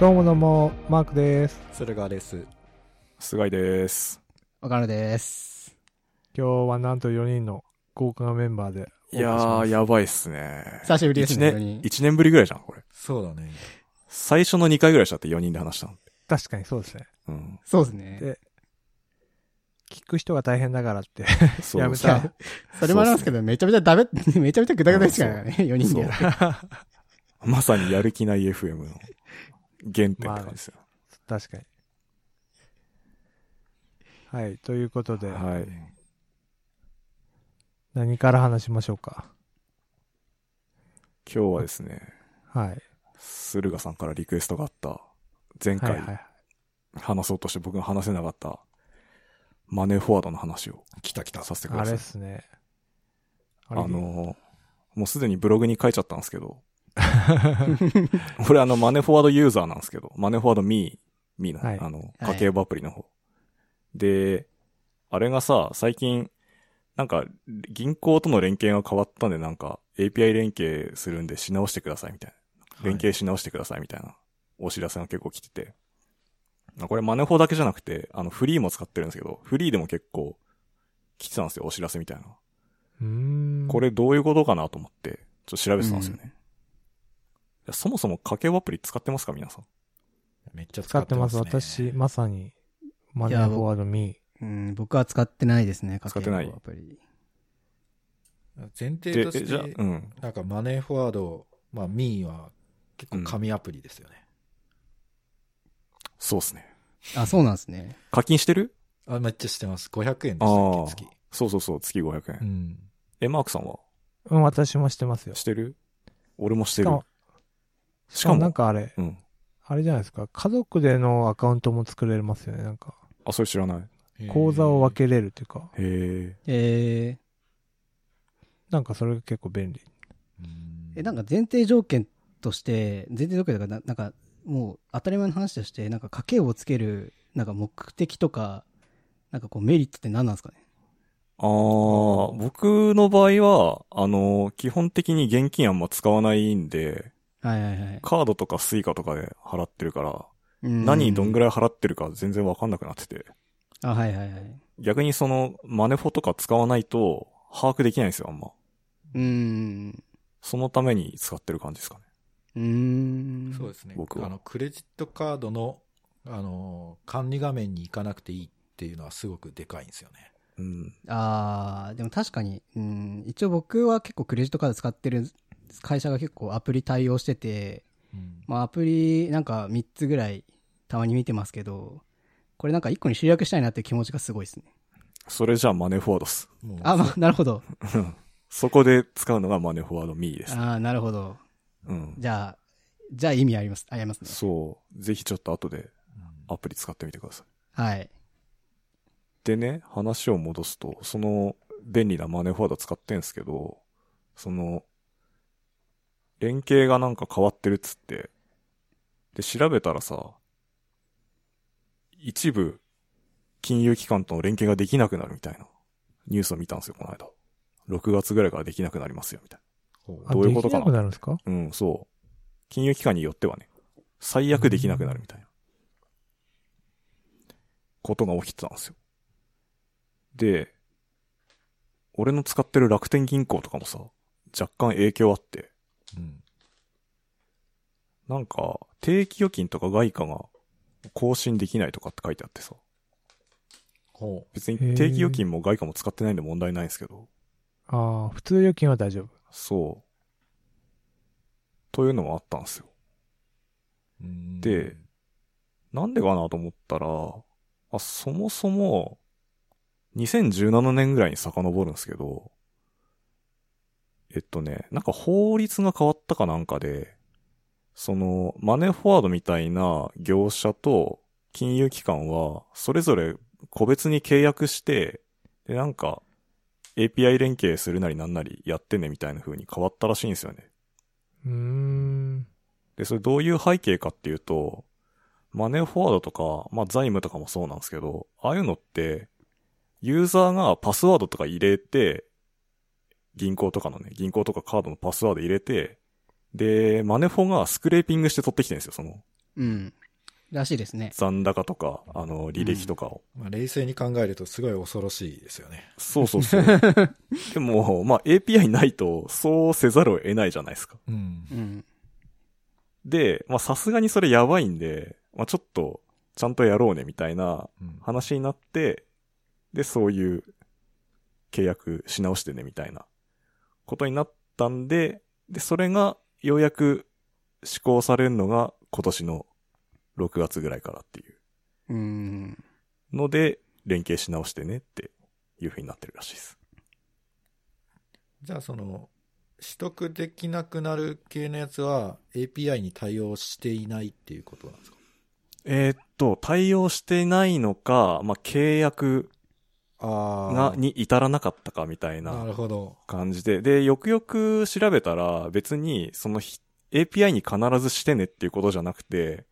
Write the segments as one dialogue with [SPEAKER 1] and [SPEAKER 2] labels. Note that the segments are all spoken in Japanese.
[SPEAKER 1] どうもどうも、マークです。
[SPEAKER 2] 鶴川です。
[SPEAKER 3] 菅井です。
[SPEAKER 4] 岡野です。
[SPEAKER 1] 今日はなんと4人の豪華なメンバーで。
[SPEAKER 3] いやー、やばいっすね。
[SPEAKER 4] 久しぶりですね
[SPEAKER 3] 1
[SPEAKER 4] 本当
[SPEAKER 3] 年
[SPEAKER 4] に、
[SPEAKER 3] 一年ぶりぐらいじゃん、これ。
[SPEAKER 2] そうだね。
[SPEAKER 3] 最初の2回ぐらいしたって4人で話したの。
[SPEAKER 1] 確かにそうですね。
[SPEAKER 3] うん。
[SPEAKER 4] そうですね
[SPEAKER 1] で。聞く人が大変だからって。
[SPEAKER 3] そう
[SPEAKER 1] やめ
[SPEAKER 4] い
[SPEAKER 1] た
[SPEAKER 4] や、それもありますけど、めちゃめちゃダメ、 めちゃめちゃグダグダでしたからね、4人で。
[SPEAKER 3] そうまさにやる気ない FM の原点って感じですよ。
[SPEAKER 1] 確かに。はい、ということで、
[SPEAKER 3] はい。
[SPEAKER 1] 何から話しましょうか。
[SPEAKER 3] 今日はですね、
[SPEAKER 1] はい。
[SPEAKER 3] 駿河さんからリクエストがあった、前
[SPEAKER 1] はい
[SPEAKER 3] 回
[SPEAKER 1] はい。
[SPEAKER 3] 話そうとして僕が話せなかった、マネーフォワードの話を
[SPEAKER 2] 来た来た。
[SPEAKER 3] させてく
[SPEAKER 1] あ
[SPEAKER 3] だ
[SPEAKER 1] れ
[SPEAKER 3] さ
[SPEAKER 1] で
[SPEAKER 3] い。
[SPEAKER 1] すね。あ
[SPEAKER 3] あ
[SPEAKER 1] れ
[SPEAKER 3] のー、もうすでにブログに書いちゃったんです けど、俺あの、マネフォワードユーザーなんですけど、マネフォワードミー、ミーの、
[SPEAKER 1] はい
[SPEAKER 3] あの、家計簿アプリの方。で、あれがさ、最近、なんか、銀行との連携が変わったんで、なんか、API 連携するんでし直してくださいみたいな。連携し直してくださいみたいな、お知らせが結構来てて。まあこれマネフォだけじゃなくて、あの、フリーも使ってるんですけど、フリーでも結構、来てたんですよ、お知らせみたいな。
[SPEAKER 1] うーん。
[SPEAKER 3] これどういうことかなと思って、ちょっと調べてたんですよね。いやそもそも家計簿アプリ使ってますか皆さん。
[SPEAKER 2] めっちゃ
[SPEAKER 1] 使ってます。
[SPEAKER 2] ね
[SPEAKER 1] 私、。まさに、マネーフォワードミ
[SPEAKER 4] うん、僕は使ってないですね、
[SPEAKER 3] 使ってない
[SPEAKER 4] 家計簿アプリ。
[SPEAKER 2] 前提
[SPEAKER 3] で
[SPEAKER 2] と、
[SPEAKER 3] え
[SPEAKER 2] し
[SPEAKER 3] じゃあ、
[SPEAKER 2] て
[SPEAKER 3] う、ん。
[SPEAKER 2] なんかマネーフォワード、まあ、ミーは結構紙アプリですよね。
[SPEAKER 3] そうですね。
[SPEAKER 4] あ、そうなんですね。
[SPEAKER 3] 課金してる
[SPEAKER 2] あ、めっちゃしてます。500円で
[SPEAKER 3] ああ
[SPEAKER 2] したっけ、月。。
[SPEAKER 3] ーそうそうそう、月500円。
[SPEAKER 2] うん。
[SPEAKER 3] え、マークさんは
[SPEAKER 1] ー。うん、私もしてますよ。
[SPEAKER 3] してる俺もして
[SPEAKER 1] しか
[SPEAKER 3] る。
[SPEAKER 1] も
[SPEAKER 3] しかも
[SPEAKER 1] なんかあれ、
[SPEAKER 3] うん。
[SPEAKER 1] あれじゃないですか。家族でのアカウントも作れますよね。なんか、
[SPEAKER 3] あ、それ知らない。へ
[SPEAKER 1] 口座を分けれるっていうか、
[SPEAKER 3] え。
[SPEAKER 4] え
[SPEAKER 1] なんかそれが結構便利。
[SPEAKER 2] う
[SPEAKER 4] ー、え、なん
[SPEAKER 2] か、
[SPEAKER 4] か前提条件として、前提条件というか、ななんか、もう当たり前の話として、なんか家計簿をつける、なんか目的とか、なんかこうメリットって何なんですかね。
[SPEAKER 3] あー、僕の場合は、あの、基本的に現金あんま使わないんで、
[SPEAKER 4] はいはいはい。
[SPEAKER 3] カードとかスイカとかで払ってるから、
[SPEAKER 4] うん
[SPEAKER 3] 何にどんぐらい払ってるか全然わかんなくなってて。
[SPEAKER 4] あ、はいはいはい。
[SPEAKER 3] 逆にその、マネフォとか使わないと、把握できないんですよ、あんま。
[SPEAKER 4] うん。
[SPEAKER 3] そのために使ってる感じですかね。
[SPEAKER 4] うん。
[SPEAKER 2] そうですね。
[SPEAKER 3] 僕は
[SPEAKER 2] あの、クレジットカードの、あのー、管理画面に行かなくていいっていうのはすごくでかいんですよね。
[SPEAKER 3] うん。
[SPEAKER 4] ああ、でも確かに、うん、一応僕は結構クレジットカード使ってる会社が結構アプリ対応してて、
[SPEAKER 2] うん
[SPEAKER 4] まあアプリなんか3つぐらいたまに見てますけど、これなんか1個に集約したいなっていう気持ちがすごいですね。
[SPEAKER 3] それじゃあマネフォワードっす。
[SPEAKER 2] もう
[SPEAKER 4] あ、まあなるほど。
[SPEAKER 3] そこで使うのがマネフォワードミーです。
[SPEAKER 4] ああ、なるほど。
[SPEAKER 3] うん。
[SPEAKER 4] じゃあ、じゃあ意味あります、ありますね。
[SPEAKER 3] そう。ぜひちょっと後で
[SPEAKER 2] うん
[SPEAKER 3] アプリ使ってみてください。
[SPEAKER 4] はい。
[SPEAKER 3] でね、話を戻すと、その、便利なマネフォワード使ってんすけど、その、連携がなんか変わってるっつって、で、調べたらさ、一部、金融機関との連携ができなくなるみたいな、ニュースを見たんですよ、この間。6月ぐらいからできなくなりますよ、みたい
[SPEAKER 2] ほう
[SPEAKER 1] あ
[SPEAKER 3] どういうこと
[SPEAKER 1] でき
[SPEAKER 3] かな
[SPEAKER 1] なくなるんですか
[SPEAKER 3] な。うん、そう。金融機関によってはね、最悪できなくなるみたいな、ことが起きてたんですよ。で、俺の使ってる楽天銀行とかもさ、若干影響あって、
[SPEAKER 2] うん
[SPEAKER 3] なんか、定期預金とか外貨が更新できないとかって書いてあってさ、
[SPEAKER 2] ほ
[SPEAKER 3] 別に定期預金も外貨も使ってないんで問題ないんですけど、
[SPEAKER 1] ああ、普通預金は大丈夫。
[SPEAKER 3] そう。というのもあったんですよ。
[SPEAKER 2] ううん
[SPEAKER 3] でなんでかなと思ったら、あ、そもそも、2017年ぐらいに遡るんですけど、えっとね、なんか法律が変わったかなんかで、その、マネーフォワードみたいな業者と金融機関は、それぞれ個別に契約して、で、なんか、API 連携するなりなんなりやってねみたいな風に変わったらしいんですよね。
[SPEAKER 1] うーん。
[SPEAKER 3] で、それどういう背景かっていうと、マネーフォワードとか、まあ財務とかもそうなんですけど、ああいうのって、ユーザーがパスワードとか入れて、銀行とかのね、銀行とかカードのパスワード入れて、で、マネフォがスクレーピングして取ってきてるんですよ、その
[SPEAKER 4] うん。らしいですね。
[SPEAKER 3] 残高とか、あの、履歴とかを。
[SPEAKER 2] まあ、冷静に考えるとすごい恐ろしいですよね。
[SPEAKER 3] そうそうそう。でも、まあ API ないと、そうせざるを得ないじゃないですか。
[SPEAKER 2] うん
[SPEAKER 4] う。ん。
[SPEAKER 3] で、まあさすがにそれやばいんで、まあちょっと、ちゃんとやろうねみたいな
[SPEAKER 2] うん
[SPEAKER 3] 話になって、で、そういう契約し直してねみたいなことになったんで、で、それがようやく施行されるのが今年の6月ぐらいからっていう
[SPEAKER 4] うん。
[SPEAKER 3] ので、連携し直してねっていう風になってるらしいです。
[SPEAKER 2] じゃあその、取得できなくなる系のやつは API に対応していないっていうことなんですか
[SPEAKER 3] えーっと、対応してないのか、まあ、契約
[SPEAKER 2] あ
[SPEAKER 3] が、に至らなかったかみたい
[SPEAKER 2] あ。な
[SPEAKER 3] な
[SPEAKER 2] るほど。
[SPEAKER 3] 感じで、で、よくよく調べたら、別に、そのひ API に必ずしてねっていうことじゃなくて、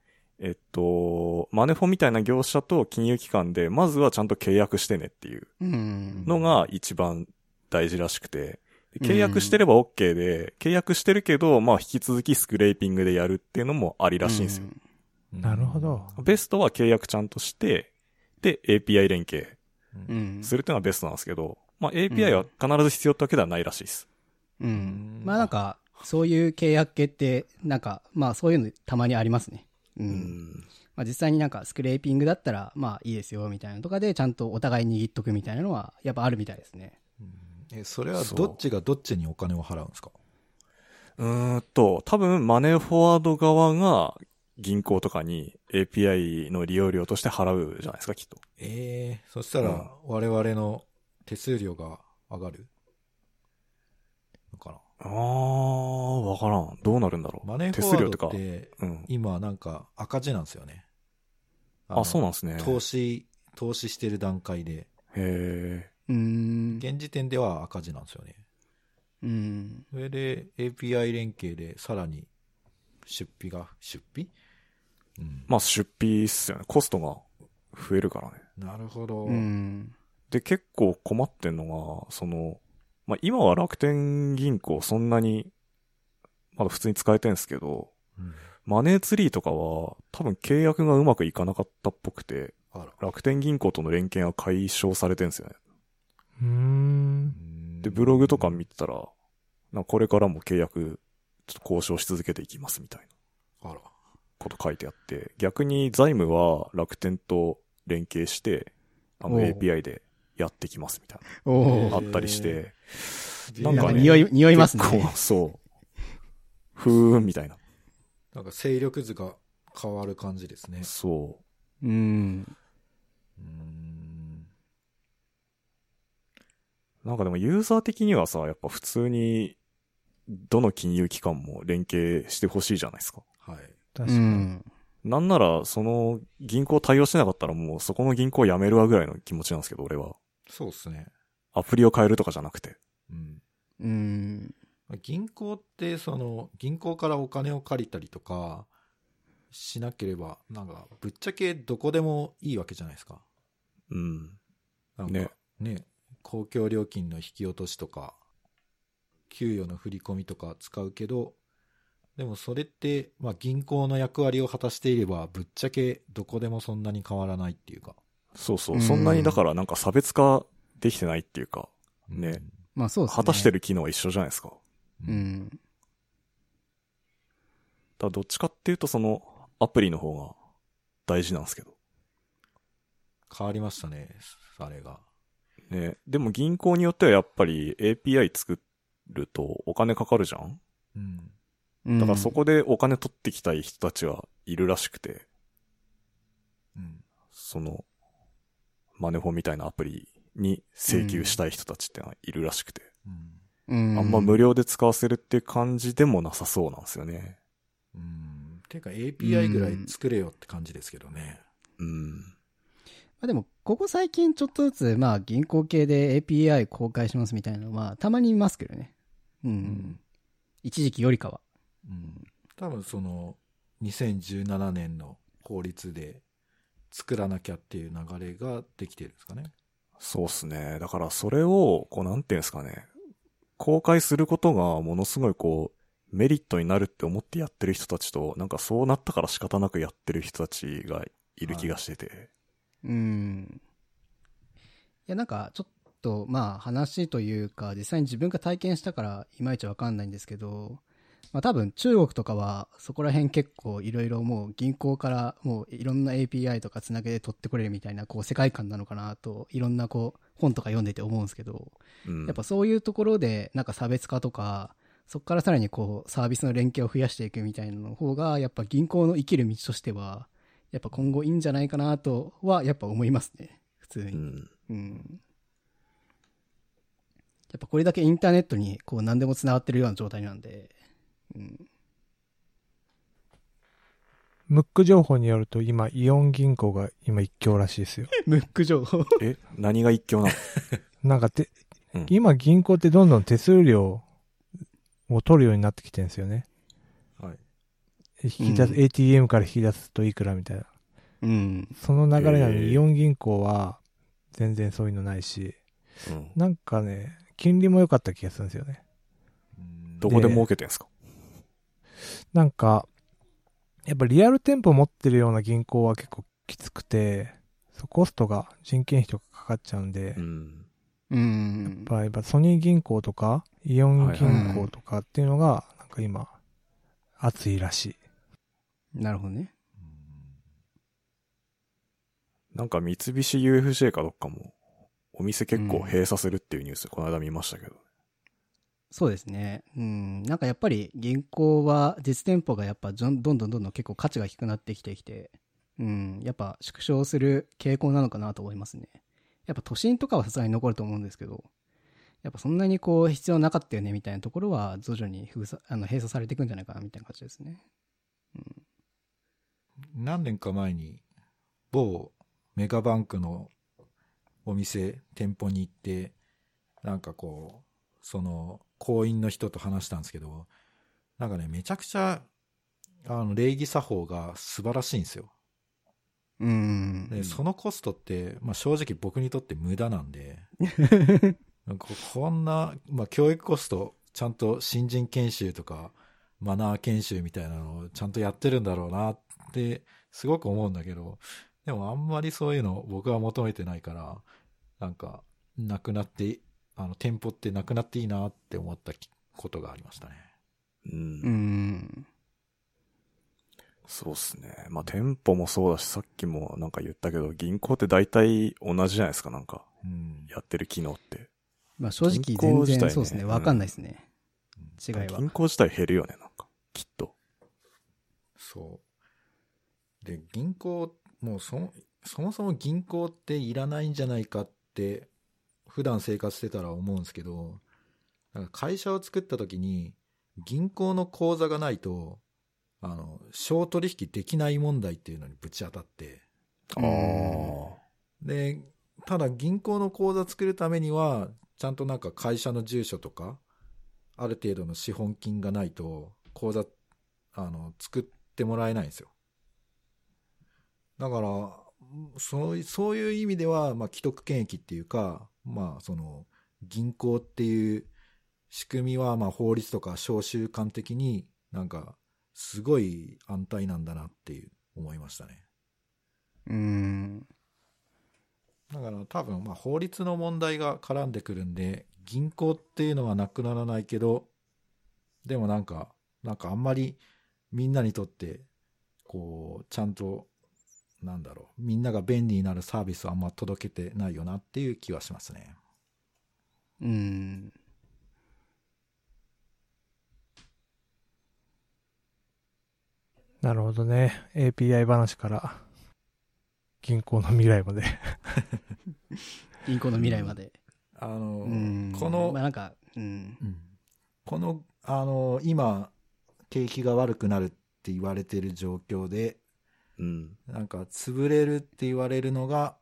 [SPEAKER 3] えっと、マネフォみたいな業者と金融機関で、まずはちゃんと契約してねっていう
[SPEAKER 4] うん。
[SPEAKER 3] のが一番大事らしくて、で契約してれば OK で、契約してるけど、まあ引き続きスクレーピングでやるっていうのもありらしいんですよ。
[SPEAKER 1] なるほど
[SPEAKER 3] ベストは契約ちゃんとして、で、API 連携
[SPEAKER 4] う。
[SPEAKER 2] うん。
[SPEAKER 4] うんん。
[SPEAKER 3] するっていうのがベストなんですけど、まあ API は必ず必要ってわけではないらしいです。
[SPEAKER 4] うん。まあなんか、そういう契約系って、なんか、まあそういうのたまにありますね。う。
[SPEAKER 3] うんん
[SPEAKER 4] まあ実際になんかスクレーピングだったら、まあいいですよ、みたいなのとかで、ちゃんとお互い握っとくみたいなのは、やっぱあるみたいですね。
[SPEAKER 2] え、それはどっちがどっちにお金を払うんですか
[SPEAKER 3] うーんと、多分マネーフォワード側が銀行とかに API の利用料として払うじゃないですか、きっと。
[SPEAKER 2] ええそした
[SPEAKER 3] うん
[SPEAKER 2] ら我々の手数料が上がるのかな
[SPEAKER 3] あー、わからん。どうなるんだろう。
[SPEAKER 2] マネー
[SPEAKER 3] 手
[SPEAKER 2] フ
[SPEAKER 3] 数
[SPEAKER 2] ォワ
[SPEAKER 3] 料
[SPEAKER 2] ー
[SPEAKER 3] と
[SPEAKER 2] ド
[SPEAKER 3] か
[SPEAKER 2] っ。て
[SPEAKER 3] うん。
[SPEAKER 2] 今なんか赤字なんですよね。
[SPEAKER 3] あ、そう
[SPEAKER 2] な
[SPEAKER 3] なんですね。
[SPEAKER 2] 投資、投資してる段階で、
[SPEAKER 3] へ
[SPEAKER 4] うーん。
[SPEAKER 2] 現時点では赤字なんですよね。
[SPEAKER 4] うん。
[SPEAKER 2] それで API 連携でさらに出費が、出費うん
[SPEAKER 3] ー。まあ出費っすよね。コストが増えるからね。
[SPEAKER 2] なるほど。
[SPEAKER 4] うん。
[SPEAKER 3] で、結構困ってんのが、その、まあ、今は楽天銀行そんなに、まだ普通に使えてんすけど、
[SPEAKER 2] うん
[SPEAKER 3] マネーツリーとかは多分契約がうまくいかなかったっぽくて、
[SPEAKER 2] あら。
[SPEAKER 3] 楽天銀行との連携が解消されてんすよね。
[SPEAKER 1] うーん。
[SPEAKER 3] で、ブログとか
[SPEAKER 2] 見
[SPEAKER 3] 見てたら、なんかこれからも契約、ちょっと交渉し続けていきますみたいな
[SPEAKER 2] あら。
[SPEAKER 3] こと書いてあって、逆に財務は楽天と連携して、あの
[SPEAKER 4] おう
[SPEAKER 3] API でやってきますみたい
[SPEAKER 4] お
[SPEAKER 3] なのが
[SPEAKER 4] ー
[SPEAKER 3] あったりして、
[SPEAKER 2] な
[SPEAKER 3] なんん
[SPEAKER 4] なん
[SPEAKER 2] か
[SPEAKER 4] か
[SPEAKER 2] ね、
[SPEAKER 4] 匂い、匂いますね。
[SPEAKER 3] 結構、そう。ふーんみたいな。
[SPEAKER 2] なんか勢力図が変わる感じですね。
[SPEAKER 3] そう
[SPEAKER 4] うん。
[SPEAKER 2] うーん。
[SPEAKER 3] う。なんかでもユーザー的にはさ、やっぱ普通に、どの金融機関も連携してほしいじゃないですか。
[SPEAKER 2] はい。
[SPEAKER 1] 確
[SPEAKER 4] う
[SPEAKER 1] かに。
[SPEAKER 4] ん。
[SPEAKER 3] なんなら、その銀行対応してなかったらもうそこの銀行辞めるわぐらいの気持ちなんですけど、俺は。
[SPEAKER 2] そうですね。
[SPEAKER 3] アプリを変えるとかじゃなくて。
[SPEAKER 2] うん。
[SPEAKER 4] うん。
[SPEAKER 2] 銀行って、その、銀行からお金を借りたりとか、しなければ、なんか、ぶっちゃけどこでもいいわけじゃないですか。
[SPEAKER 3] うん。
[SPEAKER 2] なんかね
[SPEAKER 3] ね、
[SPEAKER 2] 公共料金の引き落としとか、給与の振り込みとか使うけど、でもそれって、まあ銀行の役割を果たしていれば、ぶっちゃけどこでもそんなに変わらないっていうか。
[SPEAKER 3] そうそうう。
[SPEAKER 4] ん
[SPEAKER 3] そんなにだからなんか差別化できてないっていうか、ね
[SPEAKER 4] まあそうですね。
[SPEAKER 3] 果たしてる機能は一緒じゃないですか。
[SPEAKER 2] う。
[SPEAKER 4] うんん。
[SPEAKER 3] ただどっちかっていうとそのアプリの方が大事なんですけど。
[SPEAKER 2] 変わりましたね、あれが。
[SPEAKER 3] ね。でも銀行によってはやっぱり API 作るとお金かかるじゃん
[SPEAKER 2] うん。
[SPEAKER 3] だ
[SPEAKER 4] だ
[SPEAKER 3] からそこでお金取ってきたい人たちがいるらしくて、
[SPEAKER 2] うん。
[SPEAKER 3] その、マネホみたいなアプリに請求したい人たちってのはいるらしくて、
[SPEAKER 2] うん。
[SPEAKER 4] うん、
[SPEAKER 3] あんま無料で使わせるっていう感じでもなさそうなんですよね。
[SPEAKER 2] うん。ていうか API ぐらい作れよって感じですけどね。
[SPEAKER 3] うん。
[SPEAKER 4] まあでも、ここ最近ちょっとずつ、まあ銀行系で API 公開しますみたいなのは、たまに見ますけどね。うん。
[SPEAKER 2] ん
[SPEAKER 4] 一時期よりかは。
[SPEAKER 2] うん。多分その、2017年の法律で作らなきゃっていう流れができてるんですかね。
[SPEAKER 3] そうっすね。だからそれを、こうなんていうんですかね。公開することがものすごいこう、メリットになるって思ってやってる人たちと、なんかそうなったから仕方なくやってる人たちがいる気がしてて。
[SPEAKER 4] うん。いや、なんか、ちょっと、まあ、話というか、実際に自分が体験したから、いまいちわかんないんですけど、まあ、多分、中国とかは、そこら辺結構、いろいろもう、銀行から、もう、いろんな API とかつなげて取ってこれるみたいな、こう、世界観なのかなと、いろんな、こう、本とか読んでて思うんですけど、
[SPEAKER 3] うん
[SPEAKER 4] やっぱそういうところで、なんか差別化とか、そこからさらにこう、サービスの連携を増やしていくみたいなの方が、やっぱ銀行の生きる道としては、やっぱ今後いいんじゃないかなとは、やっぱ思いますね。普通
[SPEAKER 3] う
[SPEAKER 4] に。
[SPEAKER 3] ん。
[SPEAKER 4] うん。やっぱこれだけインターネットに、こう、何でも繋がってるような状態なんで、 うん。
[SPEAKER 1] ムック情報によると今、イオン銀行が今一強らしい ですよ。
[SPEAKER 4] ムック情報。
[SPEAKER 3] え、何が一強なの
[SPEAKER 1] なんかて、
[SPEAKER 3] うん
[SPEAKER 1] 今銀行ってどんどん手数料を取るようになってきてるんですよね。
[SPEAKER 2] はい。
[SPEAKER 1] 引き出す、
[SPEAKER 4] うん
[SPEAKER 1] ATM から引き出すといくらみたいな。
[SPEAKER 4] うん。
[SPEAKER 1] その流れなの
[SPEAKER 3] へー
[SPEAKER 1] に、イオン銀行は全然そういうのないし、
[SPEAKER 3] うん。
[SPEAKER 1] なんかね、金利も良かった気がするんですよね。
[SPEAKER 2] うん
[SPEAKER 3] どこで儲けてんすか
[SPEAKER 1] なんか、やっぱリアル店舗持ってるような銀行は結構きつくて、そうコストが人件費とかかかっちゃうんで、
[SPEAKER 3] う
[SPEAKER 1] やっ
[SPEAKER 3] ん。
[SPEAKER 4] うん。
[SPEAKER 1] ぱやっぱソニー銀行とか、イオン銀行とかっていうのが、なんか今、熱いらしい。
[SPEAKER 4] なるほどね。
[SPEAKER 3] なんか三菱 UFJ かどっかも、お店結構閉鎖するっていうニュース、この間見ましたけど。
[SPEAKER 4] そうですね。うん。なんかやっぱり銀行は実店舗がやっぱどんどんどんどんどん結構価値が低くなってきてきて、うん。やっぱ縮小する傾向なのかなと思いますね。やっぱ都心とかはさすがに残ると思うんですけど、やっぱそんなにこう必要なかったよねみたいなところは徐々に封鎖、あの閉鎖されていくんじゃないかなみたいな感じですね。
[SPEAKER 2] 何年か前に某メガバンクのお店店舗に行ってなんかこうその行員の人と話したんですけどなんかねめちゃくちゃあの礼儀作法が素晴らしいんですよ
[SPEAKER 4] うん。
[SPEAKER 2] でそのコストって、まあ、正直僕にとって無駄なん でなんかこんな、まあ、教育コストちゃんと新人研修とかマナー研修みたいなのをちゃんとやってるんだろうなってすごく思うんだけどでもあんまりそういうの僕は求めてないからなんかなくなってあの店舗ってなくなっていいなって思ったきことがありましたね
[SPEAKER 3] う。
[SPEAKER 4] うんん。
[SPEAKER 3] そうっすね。まあ、店舗もそうだし、さっきもなんか言ったけど、銀行って大体同じじゃないですか、なんか。
[SPEAKER 2] うん
[SPEAKER 3] やってる機能って。
[SPEAKER 4] まあ正直
[SPEAKER 3] 銀行自体
[SPEAKER 4] 全
[SPEAKER 3] ね
[SPEAKER 4] 然そうですね。わかんないですね。違いは。
[SPEAKER 3] 銀行自体減るよね、なんか。きっと。
[SPEAKER 2] そう。で、銀行、もうそも、そもそも銀行っていらないんじゃないかって、普段生活してたら思うんですけど、なんか会社を作った時に、銀行の口座がないと、あの、商取引できない問題っていうのにぶち当たって、
[SPEAKER 4] うん
[SPEAKER 2] で、ただ銀行の口座作るためには、ちゃんとなんか会社の住所とか、ある程度の資本金がないと、口座、あの、作ってもらえないんですよ。だから、んそういそういう意味では、まあ、既得権益っていうか、まあ、その、銀行っていう仕組みは、まあ、法律とか召集官的になんか、すごい安泰なんだなっていう思いましたね。
[SPEAKER 4] うん。
[SPEAKER 2] だから多分まあ法律の問題が絡んでくるんで銀行っていうのはなくならないけどでもなんかなんかあんまりみんなにとってこうちゃんとなんだろうみんなが便利になるサービスはあんま届けてないよなっていう気はしますね。
[SPEAKER 4] うん。
[SPEAKER 1] なるほどね。API 話から、銀行の未来まで。
[SPEAKER 4] 銀行の未来まで。
[SPEAKER 2] あの
[SPEAKER 4] うん。
[SPEAKER 2] この、
[SPEAKER 4] まあなんか、うん。
[SPEAKER 2] このあの今景気が悪くなるって言われてる状況で
[SPEAKER 3] うん。
[SPEAKER 2] なんか潰れるって言われるのが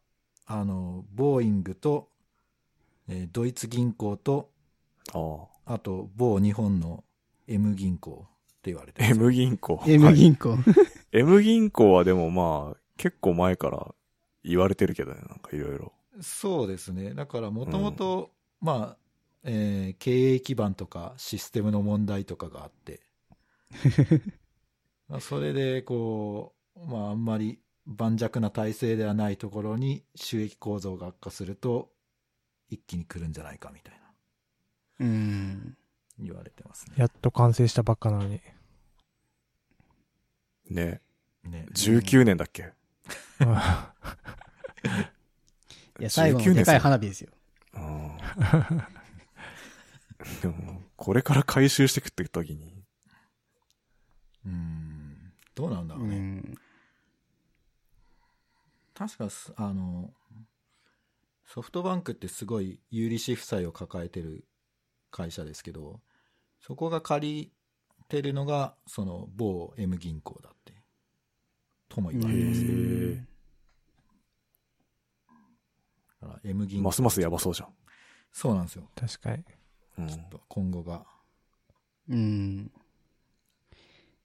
[SPEAKER 2] あのボーイングと、えードイツ銀行と
[SPEAKER 3] ああ。
[SPEAKER 2] あと某日本の M 銀行って言われてます
[SPEAKER 3] M 銀行。
[SPEAKER 4] M 銀行。
[SPEAKER 3] M 銀行はでもまあ、結構前から言われてるけどね、なんかいろいろ。
[SPEAKER 2] そうですねだからもともとまあ、えー経営基盤とかシステムの問題とかがあってまあそれで、こう、まああんまり盤石な体制ではないところに収益構造が悪化すると、一気に来るんじゃないかみたいな、
[SPEAKER 4] うん。
[SPEAKER 2] 言われてますね。
[SPEAKER 1] やっと完成したばっかなのに。
[SPEAKER 3] ね。
[SPEAKER 2] ね
[SPEAKER 3] 19年だっけ
[SPEAKER 1] うん
[SPEAKER 4] いや、最後のでかい花火ですよ。
[SPEAKER 3] うん。でも、これから回収してくって時に、
[SPEAKER 2] うん。どうなんだろ
[SPEAKER 4] う
[SPEAKER 2] うね。
[SPEAKER 4] ん。
[SPEAKER 2] 確かす、あの、ソフトバンクってすごい有利子負債を抱えてる会社ですけど、そこが借りてるのが、その某 M 銀行だって、とも言われてますね。
[SPEAKER 3] ー
[SPEAKER 2] だから M 銀行
[SPEAKER 3] ま。すますやばそうじゃ
[SPEAKER 2] そうなんですよ。
[SPEAKER 1] 確かに。
[SPEAKER 3] ん。うん
[SPEAKER 2] ちょっと今後が。
[SPEAKER 4] うん。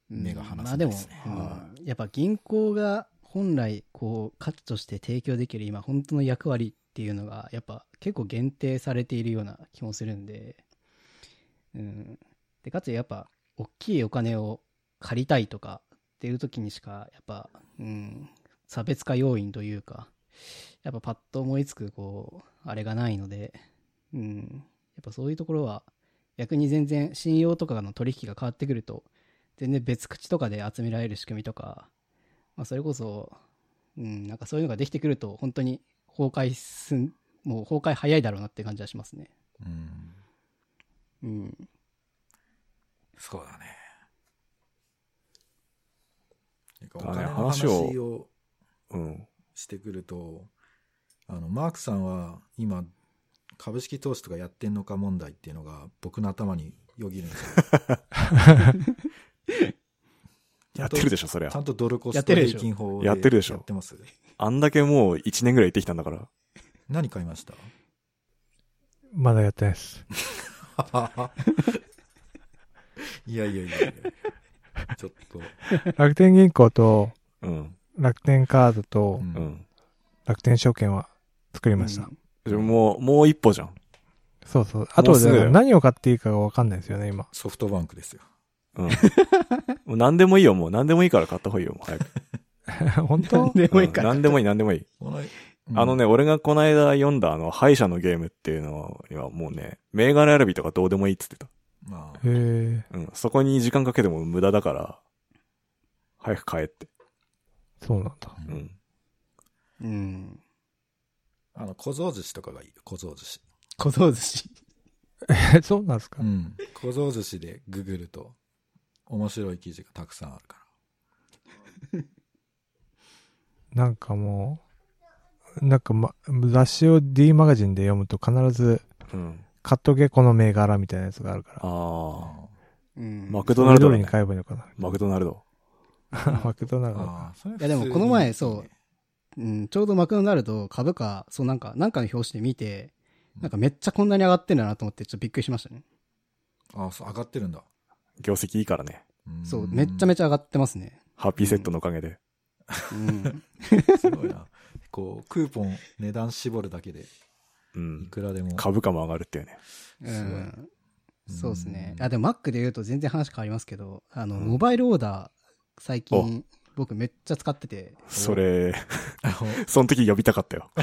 [SPEAKER 2] 目が離せ
[SPEAKER 4] ま
[SPEAKER 2] な
[SPEAKER 4] あで
[SPEAKER 2] い
[SPEAKER 4] も
[SPEAKER 2] ですね、
[SPEAKER 4] うんやっぱ銀行が本来、こう、価値として提供できる今、本当の役割っていうのが、やっぱ結構限定されているような気もするんで、うん。で、かつやっぱ、大きいお金を借りたいとかっていう時にしか、やっぱ、うん、差別化要因というか、やっぱパッと思いつく、こう、あれがないので、うん。やっぱそういうところは、逆に全然信用とかの取引が変わってくると、全然別口とかで集められる仕組みとか、まあ、それこそ、うん、なんかそういうのができてくると、本当に崩壊すん、もう崩壊早いだろうなって感じはしますね。
[SPEAKER 2] うん。
[SPEAKER 4] うん。
[SPEAKER 2] そうだね。なんかお
[SPEAKER 3] だね
[SPEAKER 2] 金の話
[SPEAKER 3] 話を
[SPEAKER 2] を
[SPEAKER 3] うん。
[SPEAKER 2] してくると、あの、マークさんは今、株式投資とかやってんのか問題っていうのが僕の頭によぎるんですよ。
[SPEAKER 3] やってるでしょ、そりゃ
[SPEAKER 2] ちゃ。んとドルコ
[SPEAKER 4] や
[SPEAKER 2] ス
[SPEAKER 4] っ
[SPEAKER 2] ト
[SPEAKER 4] てる
[SPEAKER 2] 平
[SPEAKER 4] でしょ
[SPEAKER 2] 均法で
[SPEAKER 3] やってるでしょ
[SPEAKER 2] やってます。
[SPEAKER 3] あんだけもう1年ぐらい行ってきたんだから。
[SPEAKER 2] 何買いました
[SPEAKER 1] まだやってない です。
[SPEAKER 2] いやいやいやいや。ちょっと。
[SPEAKER 1] 楽天銀行と
[SPEAKER 3] うん。
[SPEAKER 1] 楽天カード
[SPEAKER 2] う
[SPEAKER 1] と
[SPEAKER 3] うんん。
[SPEAKER 1] 楽天証券は作りました。
[SPEAKER 4] うん
[SPEAKER 3] でももう、もう一歩じゃん。
[SPEAKER 1] そうそう。あ
[SPEAKER 3] も
[SPEAKER 1] と
[SPEAKER 3] うすぐだよ
[SPEAKER 1] で何を買っていいかがわかんないですよね、今。
[SPEAKER 2] ソフトバンクですよ。
[SPEAKER 3] うん。もう何でもいいよ、もう。何でもいいから買った方がいいよ、もう早く。
[SPEAKER 1] 本
[SPEAKER 4] なん
[SPEAKER 1] 当
[SPEAKER 4] でもいい
[SPEAKER 3] うん
[SPEAKER 4] か
[SPEAKER 3] 何でもいい、何でもいい。
[SPEAKER 2] この
[SPEAKER 3] あの。ね、俺がこの間読んだあの、敗者のゲームっていうのにはもうね、銘柄選びとかどうでもいいっつってた。
[SPEAKER 2] うんまあ
[SPEAKER 1] へえ、
[SPEAKER 3] うん。そこに時間かけても無駄だから、早く買えって。
[SPEAKER 1] そうなんだ。
[SPEAKER 2] う
[SPEAKER 3] うんん。
[SPEAKER 4] うん。
[SPEAKER 2] あの、小僧寿司とかがいいよ。小僧寿司。
[SPEAKER 4] 小僧寿司。
[SPEAKER 1] え、そうなんですか、
[SPEAKER 2] うん。小僧寿司でググると、面白い記事がたくさんあるから。
[SPEAKER 1] なんかもう、なんかま、雑誌を D マガジンで読むと必ず、
[SPEAKER 3] うん。
[SPEAKER 1] 買っとけこの銘柄みたいなやつがあるから。
[SPEAKER 3] ああ。
[SPEAKER 4] うん。
[SPEAKER 3] マ
[SPEAKER 4] い
[SPEAKER 3] クドナルド
[SPEAKER 1] それ通り
[SPEAKER 3] だね
[SPEAKER 1] に。買えばいいのかな。
[SPEAKER 3] マクドナルド。
[SPEAKER 1] マクドナルドか。
[SPEAKER 2] ああ、それ普
[SPEAKER 4] やでもこの前、そう、うん、ちょうどマクドナルド株価、そうなんか、なんかの表紙で見て、なんかめっちゃこんなに上がってんだなと思って、ちょっとびっくりしましたね。
[SPEAKER 2] ああ、そう、上がってるんだ。
[SPEAKER 3] 業績いいからね。
[SPEAKER 4] そう、めっちゃめ
[SPEAKER 2] ち
[SPEAKER 4] ちゃ上がってますね。
[SPEAKER 3] ハッピーセットのおかげで。
[SPEAKER 4] うん。
[SPEAKER 2] ゃ。すごいな。こう、クーポン、値段絞るだけで、
[SPEAKER 3] う
[SPEAKER 2] い
[SPEAKER 3] ん。
[SPEAKER 2] くらでも。
[SPEAKER 3] 株価も上がるっていうね。
[SPEAKER 4] う
[SPEAKER 2] すごい
[SPEAKER 4] ん、そうですね。
[SPEAKER 2] うん
[SPEAKER 4] あ、でも Mac で言うと全然話変わりますけど、あの、
[SPEAKER 3] うん
[SPEAKER 4] モバイルオーダー、最近、僕めっちゃ使っ てて、
[SPEAKER 3] それ、
[SPEAKER 2] あ の
[SPEAKER 3] その時呼びたかったよ。
[SPEAKER 4] い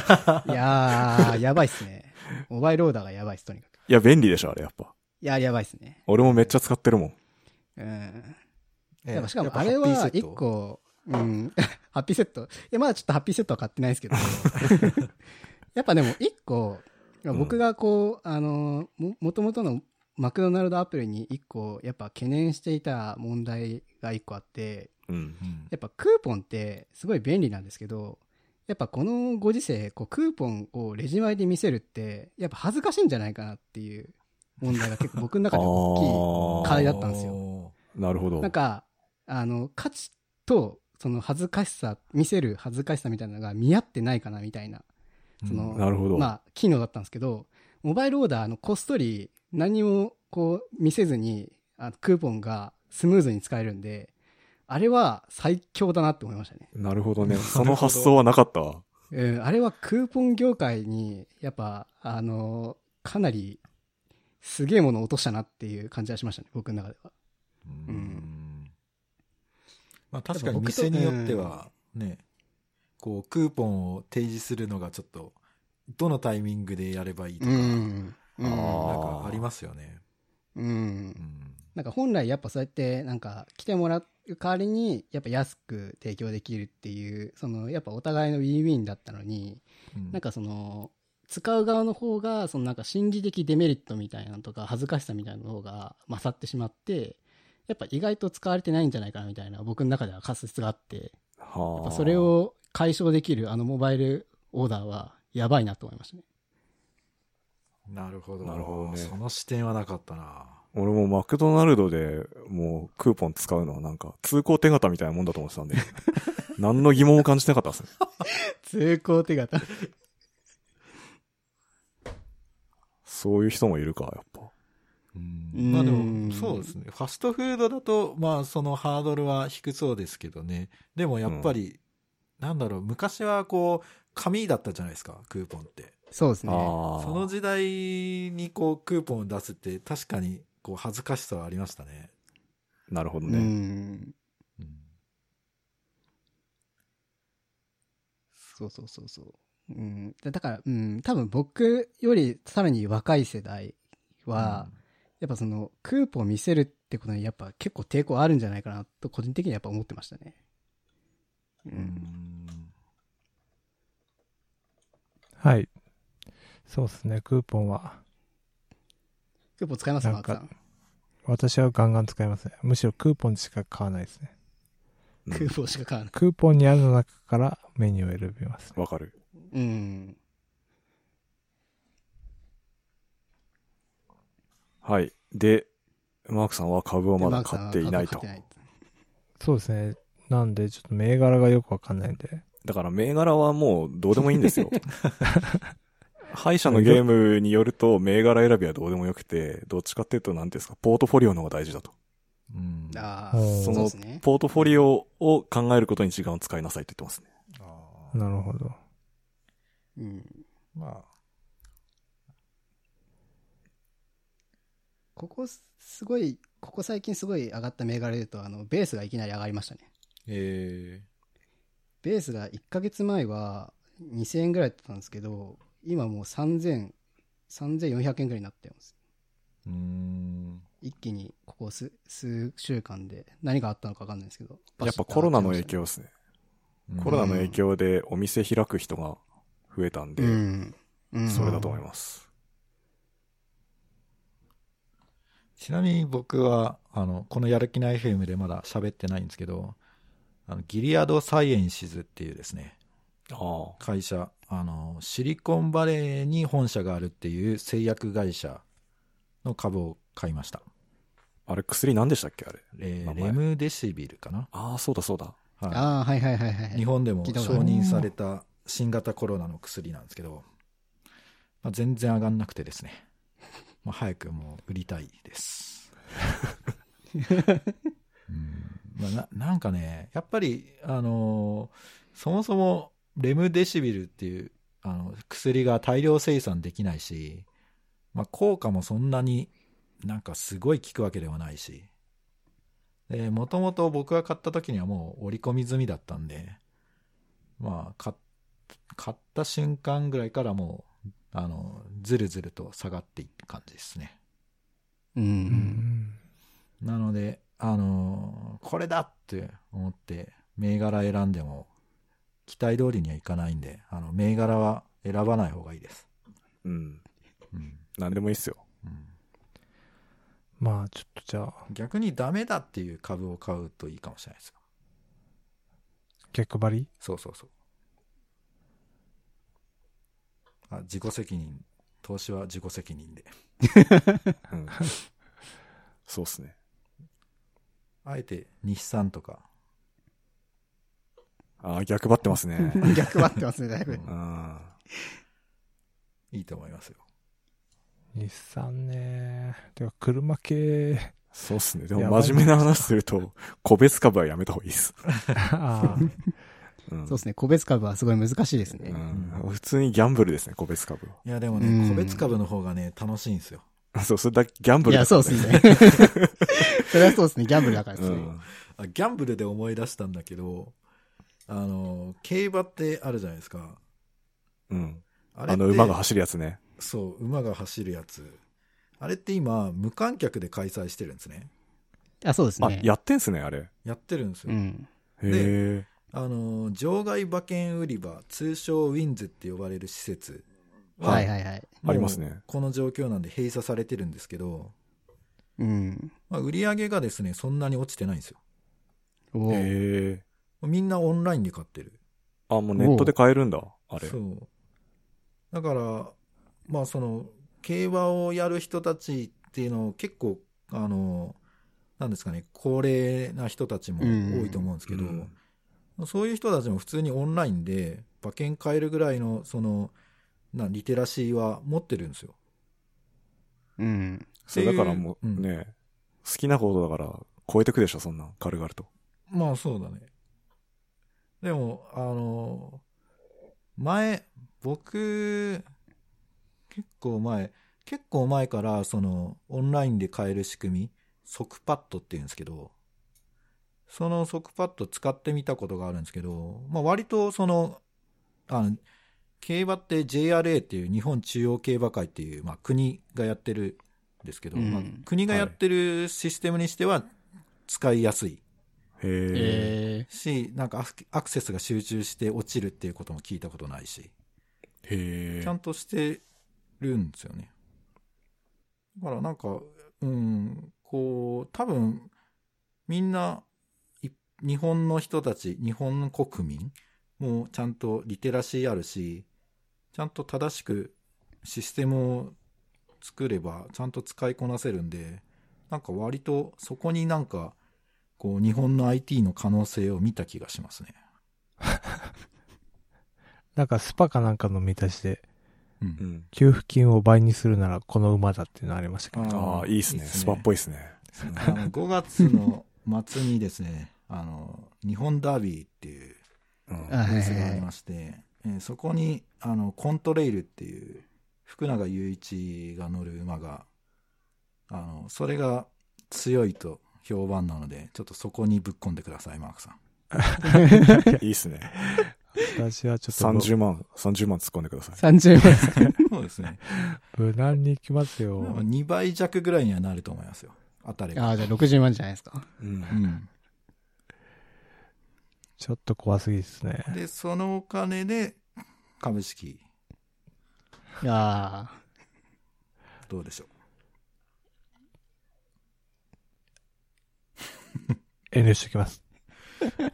[SPEAKER 4] やー、やばいっすね。モバイルオーダーがやばいっす、とにかく。
[SPEAKER 3] いや、便利でしょ、あれやっぱ。
[SPEAKER 4] いやー、やばいっすね。
[SPEAKER 3] 俺もめっちゃ使ってるもん。
[SPEAKER 4] うん。
[SPEAKER 2] ええ
[SPEAKER 4] やっぱしか
[SPEAKER 2] や
[SPEAKER 4] も
[SPEAKER 2] っぱ
[SPEAKER 4] あれ
[SPEAKER 2] ハッピーセ
[SPEAKER 4] は
[SPEAKER 2] ット
[SPEAKER 4] 一個、うん、 ハッピーセット。いや、まだちょっとハッピーセットは買ってないですけど。 やっぱでも一個、
[SPEAKER 3] ん
[SPEAKER 4] 僕がこう、あの、も、もともとのマクドナルドアプリに一個、やっぱ懸念していた問題が一個あって、
[SPEAKER 3] うん。
[SPEAKER 2] うん
[SPEAKER 4] やっぱクーポンってすごい便利なんですけど、やっぱこのご時世、こうクーポンをレジ前で見せるって、やっぱ恥ずかしいんじゃないかなっていう問題が結構僕の中で大
[SPEAKER 3] あ
[SPEAKER 4] 課題だったんです
[SPEAKER 2] よ。
[SPEAKER 3] あ、なるほ
[SPEAKER 4] き
[SPEAKER 3] ど。
[SPEAKER 4] い。なんか、あの、価値と、その恥ずかしさ、見せる恥ずかしさみたいなのが見合ってないかなみたいな、その、
[SPEAKER 3] なるほど
[SPEAKER 4] まあ、機能だったんですけど、モバイルオーダーのこっそり何もこう見せずに、あのクーポンがスムーズに使えるんで、あれは最強だなって思いましたね。
[SPEAKER 3] なるほどね。その発想はなかったわ。
[SPEAKER 4] うん、あれはクーポン業界に、やっぱ、あのかなり、すげえものを落としたなっていう感じがしましたね、僕の中では。
[SPEAKER 2] うん
[SPEAKER 4] う
[SPEAKER 2] まあ確か
[SPEAKER 4] や
[SPEAKER 2] に
[SPEAKER 4] っぱ僕と
[SPEAKER 2] 店によってはね、こうクーポンを提示するのがちょっと、どのタイミングでやればいいとか、なん
[SPEAKER 4] ん。うん
[SPEAKER 3] あ
[SPEAKER 2] かありますよね。
[SPEAKER 4] うん
[SPEAKER 2] う。ん。
[SPEAKER 4] なんか本来やっぱそうやってなんか来てもらう代わりにやっぱ安く提供できるっていうそのやっぱお互いのウィンウィンだったのに
[SPEAKER 2] うん
[SPEAKER 4] なんかその使う側の方がそのなんか心理的デメリットみたいなのとか恥ずかしさみたいなの方が勝ってしまってやっぱ意外と使われてないんじゃないかなみたいな僕の中では仮説があってやっ
[SPEAKER 3] は
[SPEAKER 4] ぱ
[SPEAKER 3] あ。
[SPEAKER 4] それ。を解消できるあのモバイルオーダーはやばいなと思いましたね。
[SPEAKER 2] なるほど。
[SPEAKER 3] なるほどね
[SPEAKER 2] その視点はなかったな。
[SPEAKER 3] 俺もマクドナルドでもうクーポン使うのはなんか通行手形みたいなもんだと思ってたんで、何の疑問も感じなかったですね。
[SPEAKER 4] 通行手形。
[SPEAKER 3] そういう人もいるか、やっぱ。
[SPEAKER 2] うんまあで
[SPEAKER 4] う
[SPEAKER 2] も、
[SPEAKER 4] ん
[SPEAKER 2] そうですね。ファストフードだと、まあそのハードルは低そうですけどね。でもやっぱり、なんだろう、昔はこう、紙だったじゃないですか、クーポンって。
[SPEAKER 4] そうです
[SPEAKER 3] あ
[SPEAKER 4] ね。
[SPEAKER 3] ー
[SPEAKER 2] その時代にこう、クーポンを出すって、確かに、こう、恥ずかしさはありましたね。
[SPEAKER 3] なるほど
[SPEAKER 4] う
[SPEAKER 3] ね。
[SPEAKER 4] ん。
[SPEAKER 2] うん
[SPEAKER 4] そうそうそうそう。うん、でだから、うん、多分僕よりさらに若い世代は、やっぱそのクーポン見せるってことにやっぱ結構抵抗あるんじゃないかなと個人的にはやっぱ思ってましたね。う
[SPEAKER 2] うん
[SPEAKER 4] ん。
[SPEAKER 1] はい。そうですね、クーポンは。
[SPEAKER 4] クーポン使いますか、
[SPEAKER 1] な
[SPEAKER 4] マ
[SPEAKER 1] ん
[SPEAKER 4] ーク
[SPEAKER 1] か
[SPEAKER 4] さん。
[SPEAKER 1] 私はガンガン使いますね。むしろクーポンしか買わないですね。
[SPEAKER 3] うん
[SPEAKER 4] クーポンしか買わない。
[SPEAKER 1] クーポンにある中からメニューを選びますね。
[SPEAKER 3] わかる。
[SPEAKER 4] うん。
[SPEAKER 3] はい。で、マークさんは株を
[SPEAKER 4] で
[SPEAKER 3] まだ
[SPEAKER 4] マークさん
[SPEAKER 3] 買
[SPEAKER 4] は
[SPEAKER 3] っていないと
[SPEAKER 4] 買って。ない
[SPEAKER 1] そうですね。なんで、ちょっと銘柄がよくわかんないんで。
[SPEAKER 3] だから銘柄はもうどうでもいいんです よ。歯医者のゲームによると銘柄選びはどうでもよくて、どっちかっていうと何ですか、ポートフォリオの方が大事だと。
[SPEAKER 2] うん
[SPEAKER 4] ああ、
[SPEAKER 1] おー
[SPEAKER 4] そうですね。
[SPEAKER 3] ポートフォリオを考えることに時間を使いなさいって言ってますね。
[SPEAKER 2] あー
[SPEAKER 1] なるほど。
[SPEAKER 4] うん。
[SPEAKER 2] ま
[SPEAKER 4] ここすごい、ここ最近すごい上がった銘柄で言うと、あの、ベースがいきなり上がりましたね。
[SPEAKER 2] あ、え
[SPEAKER 4] ベースが1ヶ月前は2000円ぐらいだったんですけど、今もう3000、3400円ぐらいになってます。
[SPEAKER 2] ー、うん。
[SPEAKER 4] 一気にここ数数週間で何があったのか分かんないですけど。
[SPEAKER 3] やっぱコロナの影
[SPEAKER 4] 響。
[SPEAKER 3] 響ですね。
[SPEAKER 2] うん
[SPEAKER 3] コロナの影響でお店開く人が増えたんで、
[SPEAKER 4] うん。うん
[SPEAKER 3] それだと思います。
[SPEAKER 2] ちなみに僕は、あの、このやる気ない FM でまだ喋ってないんですけど、あの、ギリアドサイエンシズっていうですね、
[SPEAKER 3] あ
[SPEAKER 2] 会社、あの、シリコンバレーに本社があるっていう製薬会社の株を買いました。
[SPEAKER 3] あ。あれ薬何でしたっけあれ。
[SPEAKER 2] えー
[SPEAKER 3] 名前
[SPEAKER 2] レムデシビルかな、
[SPEAKER 3] ああ、そうだそうだ。
[SPEAKER 2] は、
[SPEAKER 4] ああ、はいはいはいはいい。
[SPEAKER 2] 日本でも
[SPEAKER 4] 聞
[SPEAKER 2] 承
[SPEAKER 4] いたことある
[SPEAKER 2] 認された新型コロナの薬なんですけど、まあ、全然上がんなくてですね、まあ、早くもう売りたい です。うんまあ、ななんかね、やっぱり、あのーそもそもレムデシビルっていうあの薬が大量生産できないし、まあ、効果もそんなになんかすごい効くわけではないし、もともと僕が買った時にはもう折り込み済みだったんで、まあ、買っ買った瞬間ぐらいからもう、あの、ずるずると下がっていく感じですね。
[SPEAKER 4] う。
[SPEAKER 1] うんん。
[SPEAKER 2] なので、あのーこれだって思って、銘柄選んでも、期待通りにはいかないんで、あの、銘柄は選ばない方がいいです。
[SPEAKER 3] うん。
[SPEAKER 2] うん。
[SPEAKER 3] 何でもいいっすよ。
[SPEAKER 2] うん
[SPEAKER 1] まあ、ちょっとじゃあ、
[SPEAKER 2] 逆にダメだっていう株を買うといいかもしれないですよ。
[SPEAKER 1] 逆張り
[SPEAKER 2] そうそうそう。あ、自己責任。投資は自己責任で。
[SPEAKER 3] うん、 そうっすね。
[SPEAKER 2] あえて、日産とか、
[SPEAKER 3] ああ、逆張ってますね。
[SPEAKER 4] 逆張ってますね、だいぶ。
[SPEAKER 2] うん
[SPEAKER 3] うん。
[SPEAKER 2] いいと思いますよ。
[SPEAKER 1] 日産ね。てか、車系。
[SPEAKER 3] そうっすね。で
[SPEAKER 1] や
[SPEAKER 3] も
[SPEAKER 1] ばい
[SPEAKER 3] 真面目な話すると、個別株はやめた方がいいっす。
[SPEAKER 1] あー
[SPEAKER 3] うん。
[SPEAKER 4] そうですね、個別株はすごい難しいですね。
[SPEAKER 3] うん普通にギャンブルですね、個別株は。
[SPEAKER 2] いや、でも
[SPEAKER 4] う
[SPEAKER 2] ね、
[SPEAKER 4] ん
[SPEAKER 2] 個別株の方がね、楽しいんですよ。
[SPEAKER 3] そう、それだけギャンブ
[SPEAKER 4] い
[SPEAKER 3] ル
[SPEAKER 4] や、
[SPEAKER 3] だ
[SPEAKER 4] そうで すね。それはそうですね。ギャンブルだからで
[SPEAKER 3] う
[SPEAKER 4] すね。
[SPEAKER 3] ん。
[SPEAKER 2] あギャンブルで思い出したんだけど、あの、競馬ってあるじゃないですか。
[SPEAKER 3] うん。
[SPEAKER 2] あれ
[SPEAKER 3] あ
[SPEAKER 2] って
[SPEAKER 3] の馬が走るやつね。
[SPEAKER 2] そう、馬が走るやつ。あれって今、無観客で開催してるんですね。
[SPEAKER 4] あ、そうです
[SPEAKER 3] あ、
[SPEAKER 4] ね。
[SPEAKER 3] やってんすね、あれ。へ
[SPEAKER 2] やってるんですよ。
[SPEAKER 4] うん。
[SPEAKER 3] え。
[SPEAKER 2] あの、場外馬券売り場、通称ウィンズって呼ばれる施設は、
[SPEAKER 4] はいはいはい。
[SPEAKER 2] もう
[SPEAKER 3] ありますね。
[SPEAKER 2] この状況なんで閉鎖されてるんですけど、
[SPEAKER 4] うん。
[SPEAKER 2] まあ、売り上げがですね、そんなに落ちてないんですよ。
[SPEAKER 4] お
[SPEAKER 3] へ
[SPEAKER 4] お、
[SPEAKER 3] え。
[SPEAKER 2] みんなオンラインで買ってる。
[SPEAKER 3] あ、もうネットで買えるんだ、あれ
[SPEAKER 2] そ。う。だから、まあその、競馬をやる人たちっていうのを結構、あの、なんですかね、高齢な人たちも多いと思うんですけど、
[SPEAKER 3] うん
[SPEAKER 2] そういう人たちも普通にオンラインで馬券買えるぐらいの、その、なリテラシーは持ってるんですよ。
[SPEAKER 4] うん。
[SPEAKER 3] そう、
[SPEAKER 2] って
[SPEAKER 3] だ
[SPEAKER 2] いう
[SPEAKER 3] からもう
[SPEAKER 2] うん
[SPEAKER 3] ね、好きなことだから超えてくでしょ、そんなん。軽々と。
[SPEAKER 2] まあそうだね。でも、あの、前、僕、結構前、結構前から、その、オンラインで買える仕組み、即パッドって言うんですけど、その即パッド使ってみたことがあるんですけど、まあ割とその、あの、競馬って JRA っていう日本中央競馬会っていう、まあ国がやってるんですけど、
[SPEAKER 4] うん
[SPEAKER 2] まあ国がやってるシステムにしては使いやすい
[SPEAKER 3] へえ。
[SPEAKER 4] え
[SPEAKER 2] し、なんかアクアクセスが集中して落ちるっていうことも聞いたことないし、
[SPEAKER 3] へ
[SPEAKER 2] ちゃ
[SPEAKER 3] え。
[SPEAKER 2] んとしてるんですよね。だからなんか、うん、こう、多分、みんな、い日本の人たち、日本国民もちゃんとリテラシーあるし、ちゃんと正しくシステムを作れば、ちゃんと使いこなせるんで、なんか割とそこになんか、こう、日本の IT の可能性を見た気がしますね。
[SPEAKER 1] なんかスパかなんかの見出しで、
[SPEAKER 2] うん
[SPEAKER 3] うん。
[SPEAKER 1] 給付金を倍にするならこの馬だっていうのありましたけど。
[SPEAKER 3] ああ、いいっすね。スパっぽいっすね。
[SPEAKER 2] あの5月の末にですね、あの、日本ダービーっていう
[SPEAKER 3] うん
[SPEAKER 4] あは
[SPEAKER 2] レー
[SPEAKER 4] いは
[SPEAKER 2] ス
[SPEAKER 4] い
[SPEAKER 2] があ
[SPEAKER 4] は
[SPEAKER 2] り
[SPEAKER 4] い。
[SPEAKER 2] まして、えーそこに、あの、コントレイルっていう、福永雄一が乗る馬が、あの、それが強いと評判なので、ちょっとそこにぶっ込んでください、マーク さん。
[SPEAKER 3] いいっすね。
[SPEAKER 1] 私はちょっと
[SPEAKER 3] 30万、30万突っ込んでください。
[SPEAKER 4] 30万ですか。
[SPEAKER 2] そうですね。
[SPEAKER 1] 無難に行きますよ。
[SPEAKER 2] 2倍弱ぐらいにはなると思いますよ。当たれ
[SPEAKER 4] あ
[SPEAKER 2] ば。
[SPEAKER 4] あ、じゃあ60万じゃないですか。
[SPEAKER 3] うん
[SPEAKER 2] うん。
[SPEAKER 1] ちょっと怖すぎですね。
[SPEAKER 2] で、そのお金で、株式、
[SPEAKER 4] いやー
[SPEAKER 2] どうでしょう。
[SPEAKER 1] 遠慮してきます。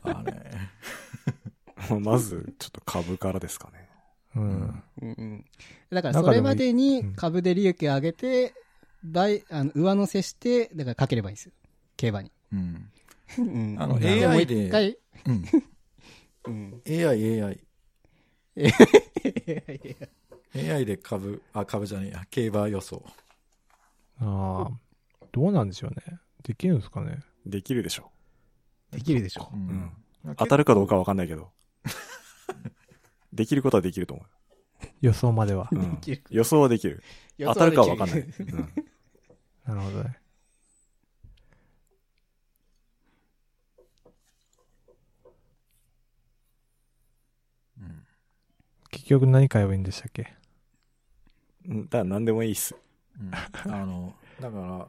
[SPEAKER 2] あれ。
[SPEAKER 3] まず、ちょっと株からですかね。
[SPEAKER 1] うん。
[SPEAKER 4] うんうんだから
[SPEAKER 1] なん
[SPEAKER 4] そ
[SPEAKER 1] かで
[SPEAKER 4] れ
[SPEAKER 1] も
[SPEAKER 4] までに
[SPEAKER 1] うん
[SPEAKER 4] 株で利益を上げて、倍あの上乗せして、だからかければいいんですよ。競馬に。
[SPEAKER 2] うん。
[SPEAKER 4] うん
[SPEAKER 2] あの
[SPEAKER 4] だから
[SPEAKER 2] AI
[SPEAKER 4] もう一回、
[SPEAKER 2] うん AI、AI。AI で株、あ、株じゃねえや、競馬予想。
[SPEAKER 1] ああ、どうなんでしょうね。できるんですかね。
[SPEAKER 3] できるでしょ。
[SPEAKER 4] できるでし ょ
[SPEAKER 2] う。
[SPEAKER 3] うんん。当た
[SPEAKER 2] る。
[SPEAKER 3] るかどうかわかんないけど。 できることはできると思
[SPEAKER 1] 予想までは
[SPEAKER 3] う。。うん
[SPEAKER 4] できる
[SPEAKER 3] 予想はできる。当たるかはわかんない。うん
[SPEAKER 1] なるほどね。
[SPEAKER 2] うん
[SPEAKER 1] 結局何買えばいいんでしたっけ
[SPEAKER 3] うん。だから何でもいいっす。
[SPEAKER 2] うんあの、だから、も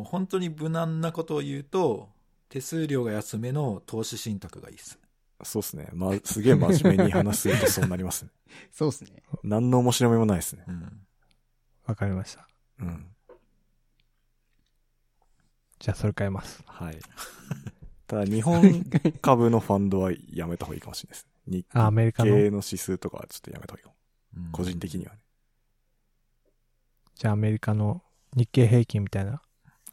[SPEAKER 2] う本当に無難なことを言うと、手数料が安めの投資信託がいいです。
[SPEAKER 3] そうっすね。ま、すげえ真面目に話すとそうなり ますね。
[SPEAKER 4] そうですね。
[SPEAKER 3] 何の面白みもないっすね。
[SPEAKER 2] うん。
[SPEAKER 1] わかりました。
[SPEAKER 3] うん。
[SPEAKER 1] じゃあそれ買います。
[SPEAKER 3] はい。 ただ、日本株のファンドはやめた方がいいかもしれないです。日
[SPEAKER 1] あ、アメリカ
[SPEAKER 3] 経
[SPEAKER 1] の。
[SPEAKER 3] の指数とかはちょっとやめた方がいいかも。
[SPEAKER 2] うん
[SPEAKER 3] 個人的にはね。
[SPEAKER 1] じゃあアメリカの日経平均みたいな。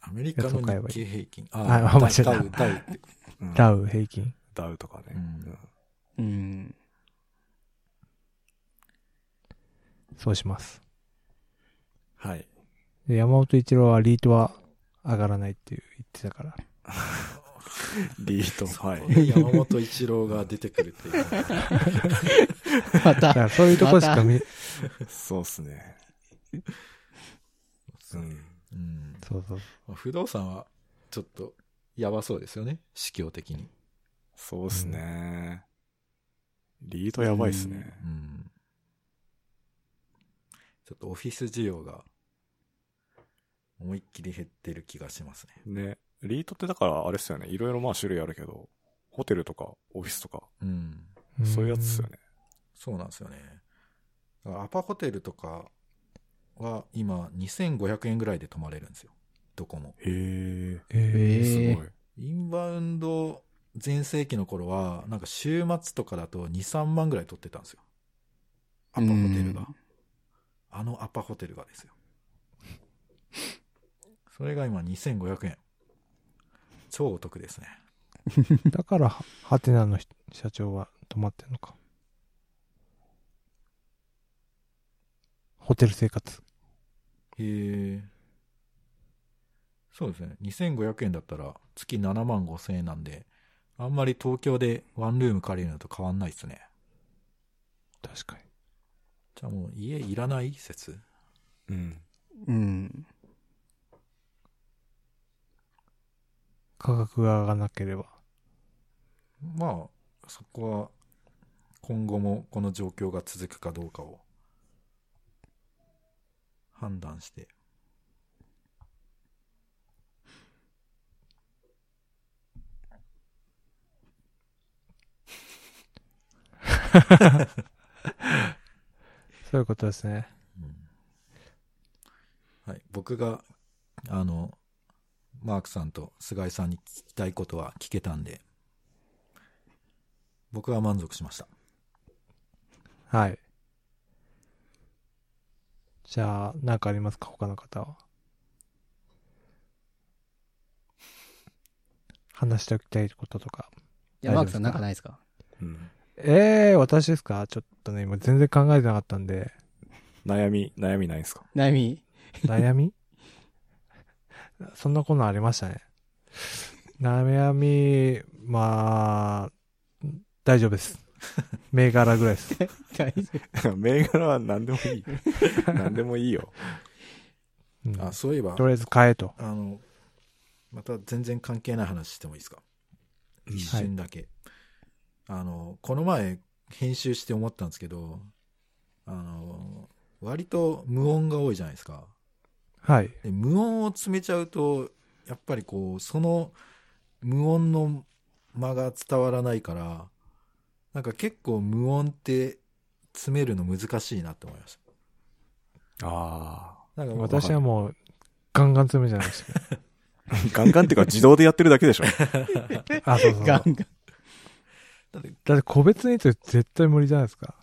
[SPEAKER 2] アメリカの日経平均。
[SPEAKER 1] ばいいあ間違えた
[SPEAKER 2] ダウ、ダウって。
[SPEAKER 3] うん
[SPEAKER 1] ダウ平均。
[SPEAKER 3] ダウとかね。
[SPEAKER 2] うん
[SPEAKER 3] うん
[SPEAKER 4] うん。
[SPEAKER 1] そうします。
[SPEAKER 3] はい。
[SPEAKER 1] で山本一郎はリートは上がらないっていう言ってたから。
[SPEAKER 3] リート、はい。
[SPEAKER 2] 山本一郎が出てくるっていう。
[SPEAKER 1] だ
[SPEAKER 4] ま
[SPEAKER 1] か、
[SPEAKER 4] た
[SPEAKER 1] らそういうとこしか見、
[SPEAKER 3] そうっすね。う
[SPEAKER 1] すね。
[SPEAKER 3] ん。
[SPEAKER 2] うん
[SPEAKER 1] そうそう。
[SPEAKER 2] まあ不動産はちょっとやばそうですよね、市況的に。
[SPEAKER 3] そうですね。リードやばいっすね。
[SPEAKER 2] うんちょっとオフィス需要が思いっきり減ってる気がしますね。
[SPEAKER 3] ね。リートってだからあれっすよね。いろいろまあ種類あるけど、ホテルとかオフィスとか、
[SPEAKER 2] うん。
[SPEAKER 1] ん
[SPEAKER 3] そういうやつっすよね。
[SPEAKER 2] そうなんですよね。だからアパホテルとかは今2500円ぐらいで泊まれるんですよ。どこも。
[SPEAKER 3] へ
[SPEAKER 1] え
[SPEAKER 3] え。す
[SPEAKER 4] え
[SPEAKER 3] ごい。
[SPEAKER 2] インバウンド全盛期の頃は、なんか週末とかだと2、3万ぐらい取ってたんですよ。アパホテル
[SPEAKER 4] う
[SPEAKER 2] が
[SPEAKER 4] ん。
[SPEAKER 2] あのアパホテルがですよ。それが今2500円。超お得ですね。
[SPEAKER 1] ーだから、はハテナの人社長は泊まってんのか。ホテル生活。
[SPEAKER 2] へえ。そうですね。2500円だったら月7万5000円なんで、あんまり東京でワンルーム借りるのと変わんないですね。
[SPEAKER 1] 確かに。
[SPEAKER 2] じゃあもう家いらない説
[SPEAKER 3] うん。
[SPEAKER 4] うん。
[SPEAKER 1] 価格が上がらなければ。
[SPEAKER 2] まあ、そこは今後もこの状況が続くかどうかを判断して。
[SPEAKER 1] そういうことですね。
[SPEAKER 2] はい、僕が、あの、マークさんと菅井さんに聞きたいことは聞けたんで、僕は満足しました。
[SPEAKER 1] はい。じゃあ、なんかありますか他の方は。話しておきたいこととか。
[SPEAKER 4] いや、マークさんなんかないですか
[SPEAKER 3] うん
[SPEAKER 1] ええー、私ですかちょっとね、今全然考えてなかったんで。
[SPEAKER 3] 悩み、悩みないんすか
[SPEAKER 4] 悩み。
[SPEAKER 1] 悩み そんなことありましたね。悩み、まあ、大丈夫です。銘柄ぐらいです。
[SPEAKER 4] 大丈夫。
[SPEAKER 3] 銘柄は何でも いい。何でもいいよ。
[SPEAKER 1] うん
[SPEAKER 2] あ、そういえば
[SPEAKER 1] と、りあえず買えと。
[SPEAKER 2] あの、また全然関係ない話してもいいですか
[SPEAKER 3] うん
[SPEAKER 2] 一瞬だけ。あの、この前編集して思ったんですけど、あの、割と無音が多いじゃないですか。
[SPEAKER 1] はい。
[SPEAKER 2] で無音を詰めちゃうとやっぱりこうその無音の間が伝わらないからなんか結構無音って詰めるの難しいなって思いまし
[SPEAKER 3] ああ。
[SPEAKER 2] たなんかもう
[SPEAKER 1] 私はもう、ガンガン詰めじゃないです か。
[SPEAKER 3] ガンガンっていうか自動でやってるだけでしょ。
[SPEAKER 1] あ、そうそうそう
[SPEAKER 4] ガンガン。
[SPEAKER 1] だって個別にって絶対無理じゃないですか。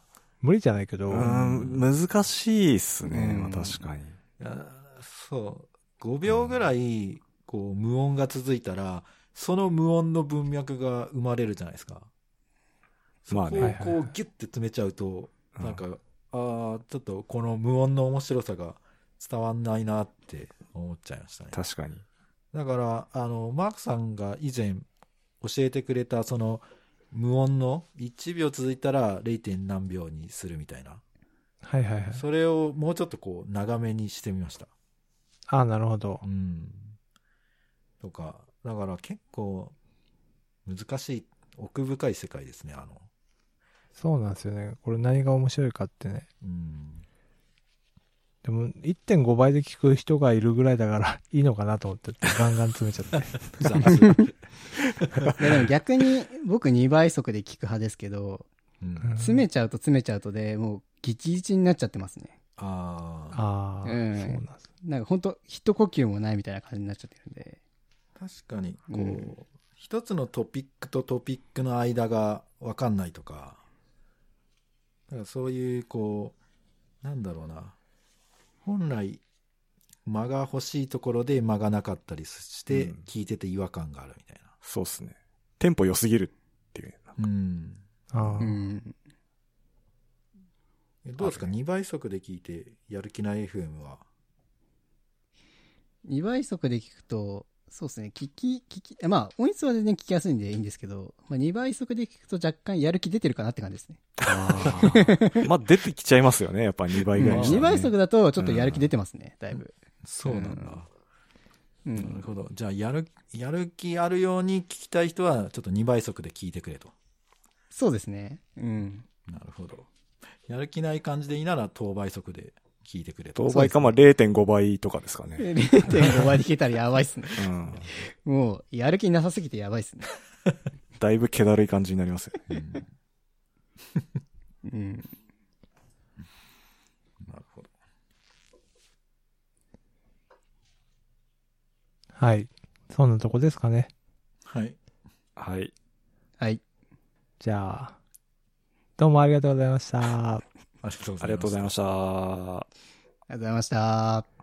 [SPEAKER 1] 無理じゃないけど、
[SPEAKER 3] う
[SPEAKER 1] うん
[SPEAKER 3] ん、難しいっすね。
[SPEAKER 4] うん
[SPEAKER 3] まあ確かに。
[SPEAKER 2] いやそう5秒ぐらいこう無音が続いたらその無音の文脈が生まれるじゃないですかそこ
[SPEAKER 3] ま
[SPEAKER 2] を
[SPEAKER 3] あ
[SPEAKER 2] こ
[SPEAKER 3] ね
[SPEAKER 2] う
[SPEAKER 1] はいはいはい
[SPEAKER 2] ギュッて詰めちゃうと
[SPEAKER 3] うん
[SPEAKER 2] なんか、ああちょっとこの無音の面白さが伝わんないなって思っちゃいましたね
[SPEAKER 3] 確かに。
[SPEAKER 2] だから、あの、マークさんが以前教えてくれた、その、無音の1秒続いたら 0. 何秒にするみたいな。
[SPEAKER 1] はいはいはい。
[SPEAKER 2] それをもうちょっとこう、長めにしてみました。
[SPEAKER 1] あなるほど
[SPEAKER 2] う。ん。とか、だから結構、難しい、奥深い世界ですね、あの。
[SPEAKER 1] そうなんですよね。これ何が面白いかってね。
[SPEAKER 2] うん。
[SPEAKER 1] でも、1.5倍で聞く人がいるぐらいだから、 いいのかなと思って、ガンガン詰めちゃって。
[SPEAKER 2] ザラスう
[SPEAKER 4] いや、でも逆に僕2倍速で聞く派ですけど、
[SPEAKER 2] ん。
[SPEAKER 4] 詰めちゃうと詰めちゃうとで、もうギチギチになっちゃってますね。
[SPEAKER 2] あ
[SPEAKER 1] あ
[SPEAKER 2] あ。
[SPEAKER 1] あ、
[SPEAKER 4] うん
[SPEAKER 1] そうなんです。
[SPEAKER 4] なんかほんと、一呼吸もないみたいな感じになっちゃってるんで。
[SPEAKER 2] 確かに、こう、
[SPEAKER 4] うん
[SPEAKER 2] 一つのトピックとトピックの間が分かんないとか、だからそういう、こう、なんだろうな、本来、間が欲しいところで間がなかったりして、
[SPEAKER 3] うん
[SPEAKER 2] 聞いてて違和感があるみたい
[SPEAKER 3] そうっすね。テンポ良すぎるっていう。
[SPEAKER 2] な。うん。
[SPEAKER 1] ああ、
[SPEAKER 4] うん。
[SPEAKER 2] えどうですか、2倍速で聞いて、やる気ない FM は。
[SPEAKER 4] 2倍速で聞くと、そうですね、聞き、聞き、まあ音質は全然聞きやすいんでいいんですけど、まあ2倍速で聞くと若干やる気出てるかなって感じですね。
[SPEAKER 3] まあ出てきちゃいますよね。やっぱ2倍ぐらいにした
[SPEAKER 4] 2
[SPEAKER 3] らね
[SPEAKER 4] 倍速だとちょっとやる気出てますね、だいぶ。
[SPEAKER 2] そうなんだ。
[SPEAKER 4] う
[SPEAKER 2] なる
[SPEAKER 4] ん。
[SPEAKER 2] ほど。じゃあ、やる、やる気あるように聞きたい人は、ちょっと2倍速で聞いてくれと。
[SPEAKER 4] そうですね。うん。
[SPEAKER 2] なるほど。やる気ない感じでいいなら、等倍速で聞いてくれと。
[SPEAKER 3] 当倍か、まあ0.5倍とかですかね。
[SPEAKER 4] 0.5倍で聞いたらやばいっすね。
[SPEAKER 3] うん。
[SPEAKER 4] もう、やる気なさすぎてやばいっすね。
[SPEAKER 3] だいぶ気だるい感じになりますよね。
[SPEAKER 2] うんなる
[SPEAKER 4] うん。
[SPEAKER 2] ほど。
[SPEAKER 1] はい。そんなとこですかね。
[SPEAKER 2] はい。
[SPEAKER 3] はい。
[SPEAKER 4] はい。
[SPEAKER 1] じゃあ、どうもありがとうございました。
[SPEAKER 2] ありがとうご
[SPEAKER 3] あ
[SPEAKER 2] ざいま
[SPEAKER 3] りがとうご
[SPEAKER 2] す
[SPEAKER 3] ざい。ました。
[SPEAKER 4] ありがとうございました。